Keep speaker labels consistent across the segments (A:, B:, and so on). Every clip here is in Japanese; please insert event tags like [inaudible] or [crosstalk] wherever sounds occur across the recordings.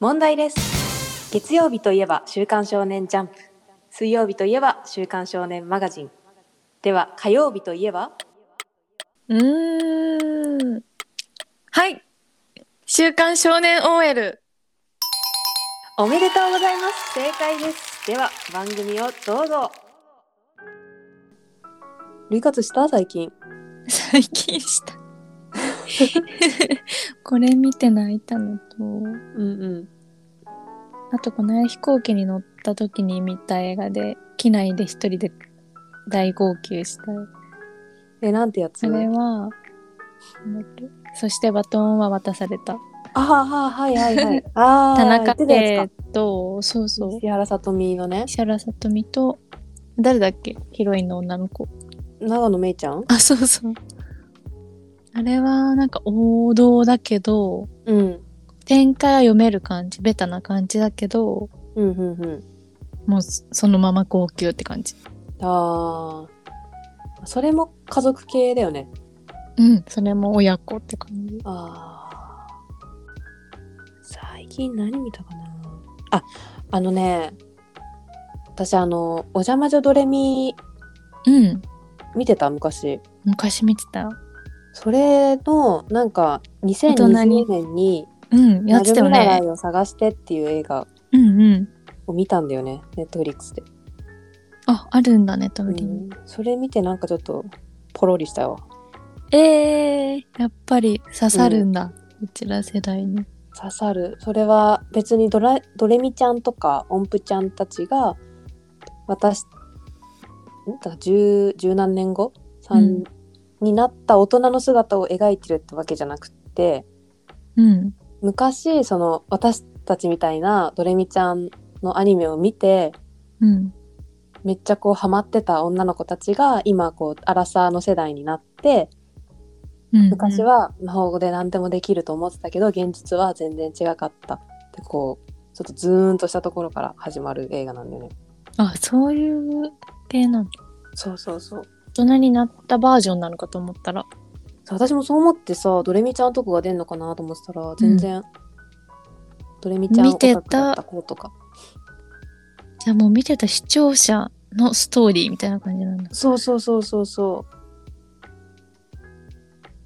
A: 問題です月曜日といえば「週刊少年ジャンプ」水曜日といえば「週刊少年マガジン」では火曜日といえば
B: うーん。はい。週刊少年 OL。
A: おめでとうございます正解ですでは番組をどうぞ類活した最近
B: 最近した。 [laughs] これ見て泣いたのと、
A: うんうん
B: あとこの間飛行機に乗った時に見た映画で、機内で一人で大号泣した。
A: えなんてやつ
B: それは、なんだっけそしてバトンは渡された。
A: ああはいはいはい
B: [laughs]
A: あー
B: 田中
A: 言ってたや
B: 圭と、そう
A: つか
B: そう、
A: 石原さとみのね
B: 石原さとみと、誰だっけヒロインの女の子。
A: 長野めいちゃん
B: あ、そうそう。あれはなんか王道だけど、
A: うん
B: 展開は読める感じ、ベタな感じだけど、
A: うんうんうん
B: もうそそのまま号泣って感じ。
A: あーそれも家族系だよね
B: うん、それも親子って感じ。
A: あー最近何見たかなああのね私あの「お邪魔女ドレミ
B: うん、」
A: 見てた昔
B: 昔見てた。
A: それのなんか
B: 大人に
A: 2020年に
B: う
A: 「
B: ん、や
A: 魔
B: って
A: 女
B: た
A: 見
B: よ
A: 習
B: ね
A: い。を探して」っていう映画
B: うんうん。
A: を見たんだよねネットフリックスで、
B: あ、あるんだね、ト
A: う
B: ムリ
A: ん、それ見てなんかちょっとポロリしたわ
B: えー、やっぱり刺さるんだ。うちら世代に。
A: 刺さるそれは別にドラドレミちゃんとか音符ちゃんたちが私んだから十十何年後さん、
B: うん
A: になった大人の姿を描いてるってわけじゃなくって
B: うん。
A: 昔その私たちみたいなドレミちゃんのアニメを見て
B: うん。
A: めっちゃこうハマってた女の子たちが今こうアラサーの世代になって
B: うん、
A: 昔は魔法で何でもできると思ってたけど現実は全然違かったってこうちょっとズーンとしたところから始まる映画なんだよね
B: あ、そういう系なの。
A: そうそうそう
B: 大人になったバージョンなのかと思ったら。
A: 私もそう思ってさドレミちゃんとこが出んのかなと思ってたら全然、ドレミちゃん
B: 見てた
A: オタクだった子とか
B: じゃあもう見てた視聴者のストーリーみたいな感じなんだ。
A: そうそうそうそうそ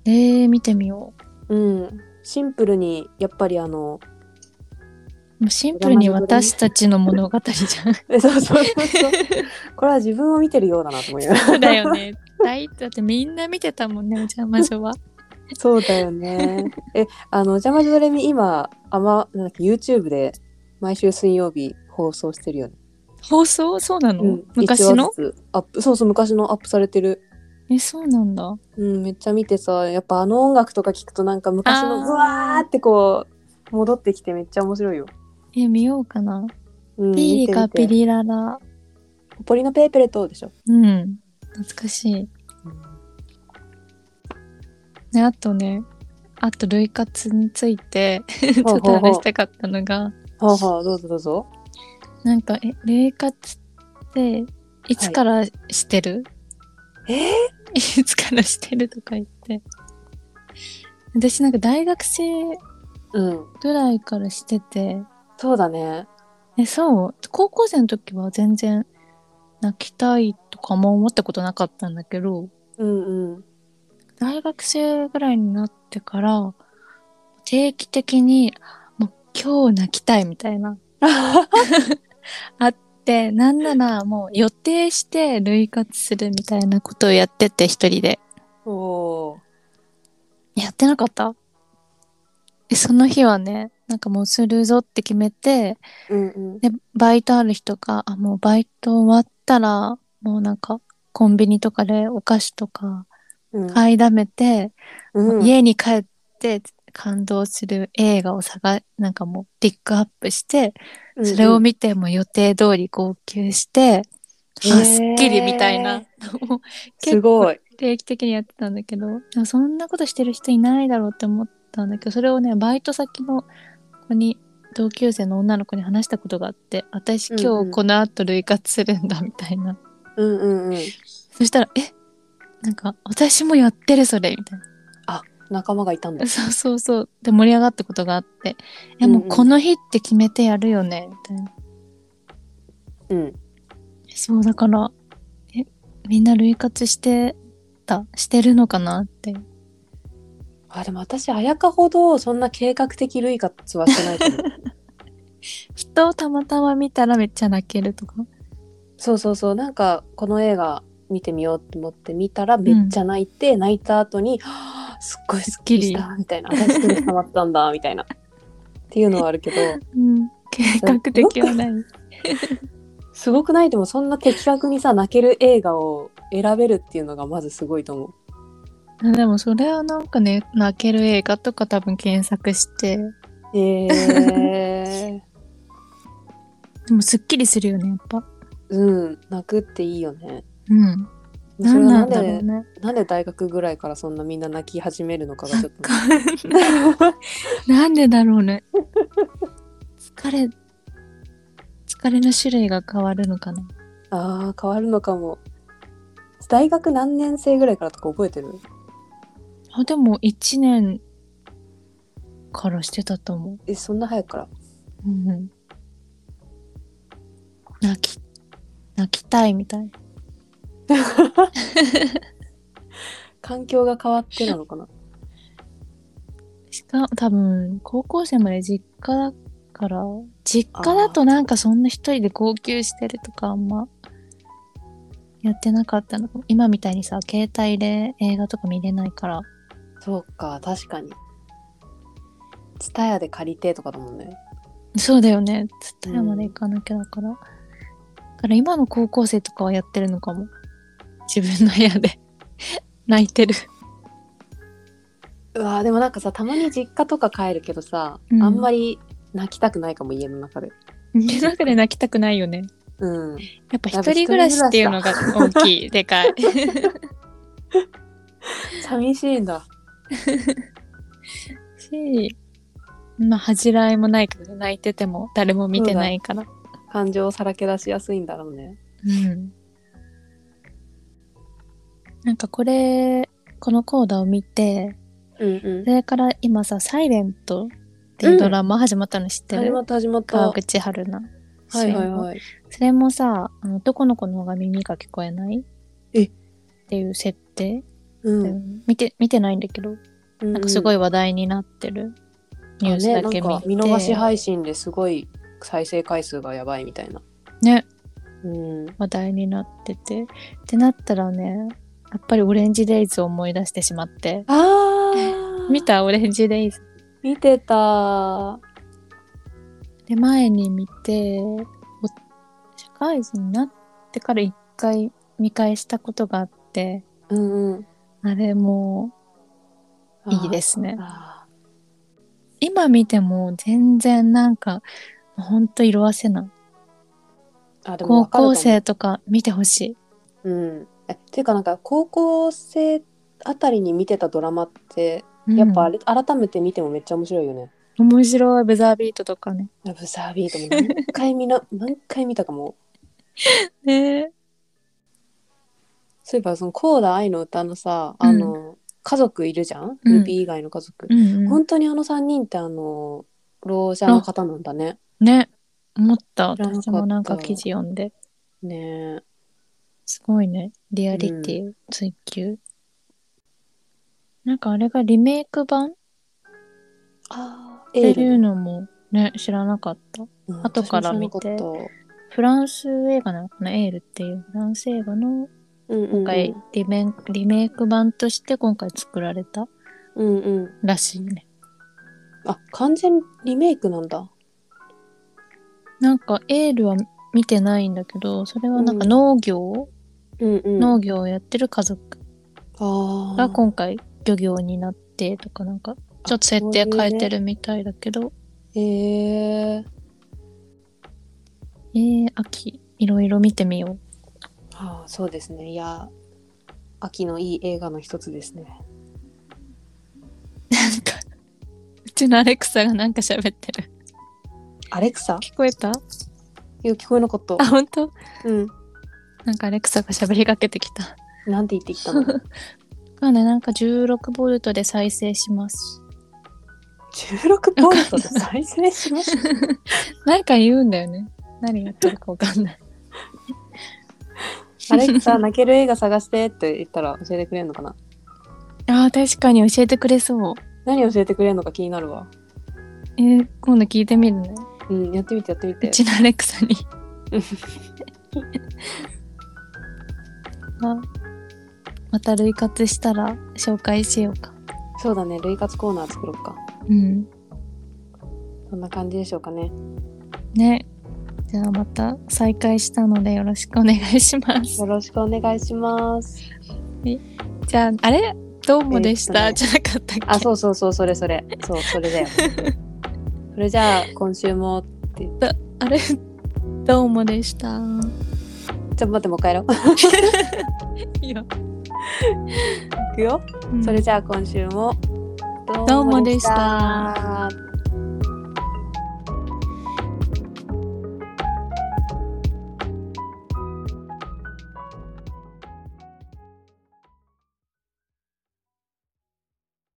B: えー、見てみよう。
A: ううんシンプルにやっぱりあの
B: もうシンプルに私たちの物語じゃん。
A: え [laughs] そうそうそうそうこれは自分を見てるようだなと思いながら
B: そうだよね。大だってみんな見てたもんね、お邪魔女は。
A: そうだよね。え、あの、ジャマジドレミ、今、あま、なんだっけ、YouTube で毎週水曜日放送してるよね。
B: 放送そうなの、
A: うん、
B: 昔の
A: 一話ずつアップそうそう、昔のアップされてる。
B: え、そうなんだ。
A: うん、めっちゃ見てさ、やっぱあの音楽とか聞くとなんか昔
B: あー
A: のうわーってこう、戻ってきてめっちゃ面白いよ。
B: え、見ようかな。
A: うん、
B: ピーリカ
A: 見て
B: ピ
A: 見て
B: リララ。
A: ポリのペーペレトでしょ。
B: うん。懐かしい。ね、あとね、あと、類活について、 [laughs] ち
A: ほ
B: ょ
A: う
B: っと
A: ほうほう
B: 話したかったのが、
A: はあはあ、どうぞどうぞ。
B: なんか、え、霊活って、いつからしてる、
A: え
B: い、つからしてるとか言って。私なんか大学生
A: うん、
B: ぐらいからしてて、
A: そうだね。
B: え、そう、高校生の時は全然泣きたいとかも思ったことなかったんだけど、
A: うんうん。
B: 大学生ぐらいになってから、定期的に、もう今日泣きたいみたいな。あって、なんならもう予定して類活するみたいなことをやってて一人で。
A: おお
B: やってなかったえその日はね、なんかもうするぞって決めて、
A: ー。うんうん。
B: で、バイトある人が、あ、もうバイト終わったら、もうなんかコンビニとかでお菓子とか
A: うん
B: 買いだめて、
A: うん、
B: 家に帰って感動する映画を探、なんかもうピックアップして、それを見ても予定通り号泣して、
A: へー
B: あすっきりみたいなのを
A: すごい。
B: 定期的にやってたんだけど、でもそんなことしてる人いないだろうって思ったんだけど、それをね、バイト先の子に、同級生の女の子に話したことがあって、私
A: うんうん
B: 今日この後類活するんだみたいな。
A: うんうんうん。
B: そしたら、えなんか私もやってるそれみたいな。 [laughs]
A: あ仲間がいたんだ。
B: そうそうそう。で、盛り上がったことがあって、いやもううん
A: うん
B: この日って決めてやるよね、みたいな。
A: うん。
B: そう、だから、え、みんな類活してた、してるのかなって。
A: あ、でも私、綾香ほどそんな計画的類活はしてないと思う。 [laughs]
B: ふとたまたま見たらめっちゃ泣けるとか。
A: そうそうそう。なんか、この映画見てみようと思って見たらめっちゃ泣いて、泣いた後に、は [gasps] ぁすっごいスッキリした、みたいな。私すぐ溜まったんだ、みたいな。っていうのはある [laughs] けど、
B: うん。計画的はない。
A: すごくないでもそんな的確にさ、泣ける映画を選べるっていうのがまずすごいと思う。
B: でもそれはなんかね、泣ける映画とか多分検索して、
A: えー、
B: でもすっきりするよね、やっぱ。
A: [laughs] うん、泣くっていいよね。
B: うん。
A: それはな
B: 何なんん
A: で
B: だろうね。
A: なんで大学ぐらいからそんなみんな泣き始めるのかがちょっと。
B: なんでだろうね。疲れ、疲れの種類が変わるのかな。
A: ああ、変わるのかも。大学何年生ぐらいからとか覚えてる
B: あ、でも1年からしてたと思う。
A: え、そんな早くから。
B: うんうん。泣き、泣きたいみたい。
A: 環境が変わってなのかな。
B: しかも多分、高校生まで実家だから、実家だとなんかそんな一人で号泣してるとかあんま、やってなかったのかも。今みたいにさ、携帯で映画とか見れないから、
A: そうか、確かに。ツタヤで借りてとかだもんね。
B: そうだよね。つったまで行かなきゃだから。だから今の高校生とかはやってるのかも。自分の部屋で泣いてる。
A: うわーでもなんかさ、たまに実家とか帰るけどさ、
B: うん
A: あんまり泣きたくないかも、家の中で。
B: 家の中で泣きたくないよね。
A: うん。
B: やっぱ一人暮らしっていうのが大きい、でかい。
A: 寂しいんだ。
B: し、まあ恥じらいもないからね泣いてても誰も見てないから。
A: 感情をさらけ出しやすいんだろうね。
B: うん。なんかこれ、このコーダを見て、
A: うんうん
B: そ。れから今さ、サイレントっていうドラマ始まったの知ってる、
A: 始まった始まった。
B: 川
A: は
B: 口春奈。
A: いはいはい。
B: それもさ、あの男の子の方が耳が聞こえない
A: え
B: っていう設定、
A: う
B: で見て、見てないんだけど、なんかすご
A: い
B: い話題になってるニュースだけ見
A: ね、
B: て。
A: なんか見逃し配信ですごい再生回数がやばいみたいな。
B: ね
A: うん。
B: 話題になってて。ってなったらね、やっぱりオレンジデイズを思い出してしまって。
A: ああ
B: 見たオレンジデイズ。
A: 見てた。
B: で、前に見て、お社会人になってから一回見返したことがあって、
A: うんうん。。
B: あれもういいですすね。
A: あ
B: 今見ても全然なんか、ほんと色あせない。
A: ーあでも分
B: 高
A: かるかも
B: 校。生とか見てほしい。
A: うん。えっていうかなんか高校生あたりに見てたドラマってやっぱあれ、改めて見てもめっちゃ面白いよね。
B: うん、面白い、ブザービートとかね。
A: ブザービートも何回見
B: [laughs]
A: な何回見たかも。
B: ね
A: そういえばそのコーダ愛の歌のさあの、家族いるじゃん、
B: うん
A: ルビー以外の家族。
B: うん、うん。
A: 本当にあの3人ってあの老者の方なんだね。
B: ね、思った。
A: 知らなかった
B: 私もなんか記事読んで。
A: ねえ
B: すごいね。リアリティ追求。なんかあれがリメイク版っ
A: ああ、
B: て
A: エー
B: いう
A: ル。
B: のもね、知らなかった。
A: うん
B: 後から見て
A: 私も知らなかっ
B: フランス映画なのかなエールっていうフランス映画の
A: たうんうんうん
B: 今回リメ,、リメイク版として今回作られた
A: うんうん。
B: らしいね。
A: あ、完全リメイクなんだ。
B: なんかエールは見てないんだけど、それはなんか
A: うん
B: 農業、
A: うんうん。
B: 農業をやってる家族
A: あ
B: が
A: あ。
B: 今回漁業になってとかなんかちょっと設定変えてるみたいだけど、
A: へえ
B: えー、秋いろいろ見てみよう。
A: ああ、そうですね。いや、秋のいい映画の一つですね。
B: なんか、うちのアレクサがなんか喋ってる。
A: アレクサ
B: 聞こえた
A: いや、聞こえなかった
B: あ、。本当
A: うん。
B: なんかアレクサが喋りかけてきた。
A: [laughs] なんて言ってきたの
B: そうね、なんか16ボルトで再生します。
A: 16ポイントで再生しました。
B: なんか言うんだよね。何やってるかわかん [laughs] ない。
A: アレクサ、泣ける映画探してって言ったら教えてくれるのかな
B: [laughs] ああ、確かに教えてくれそう。
A: 何教えてくれるのか気になるわ。
B: えー今度聞いてみるね。
A: うん、やってみてやってみ
B: う
A: て。
B: ちのアレク [laughs] サに。あまた類活したら紹介しようか。
A: そうだね、類活コーナー作ろうか。
B: うん。
A: そんな感じでしょうかね。
B: ね。じゃあまた再開したのでよろしくお願いしま
A: [laughs]
B: す
A: よ。ろしくお願いします。
B: じゃあ、あれどうもでした、
A: えーっ
B: じゃなかったっけ
A: あ、そうそうそう、それそれ。そう、それだよ。
B: [laughs]
A: それじゃあ、今週も、
B: あれどうもでし
A: ちょ
B: た。
A: っと待って、もう一回やろう。
B: いや、
A: いくよ。それじゃあ、今週も、
B: どうもでした。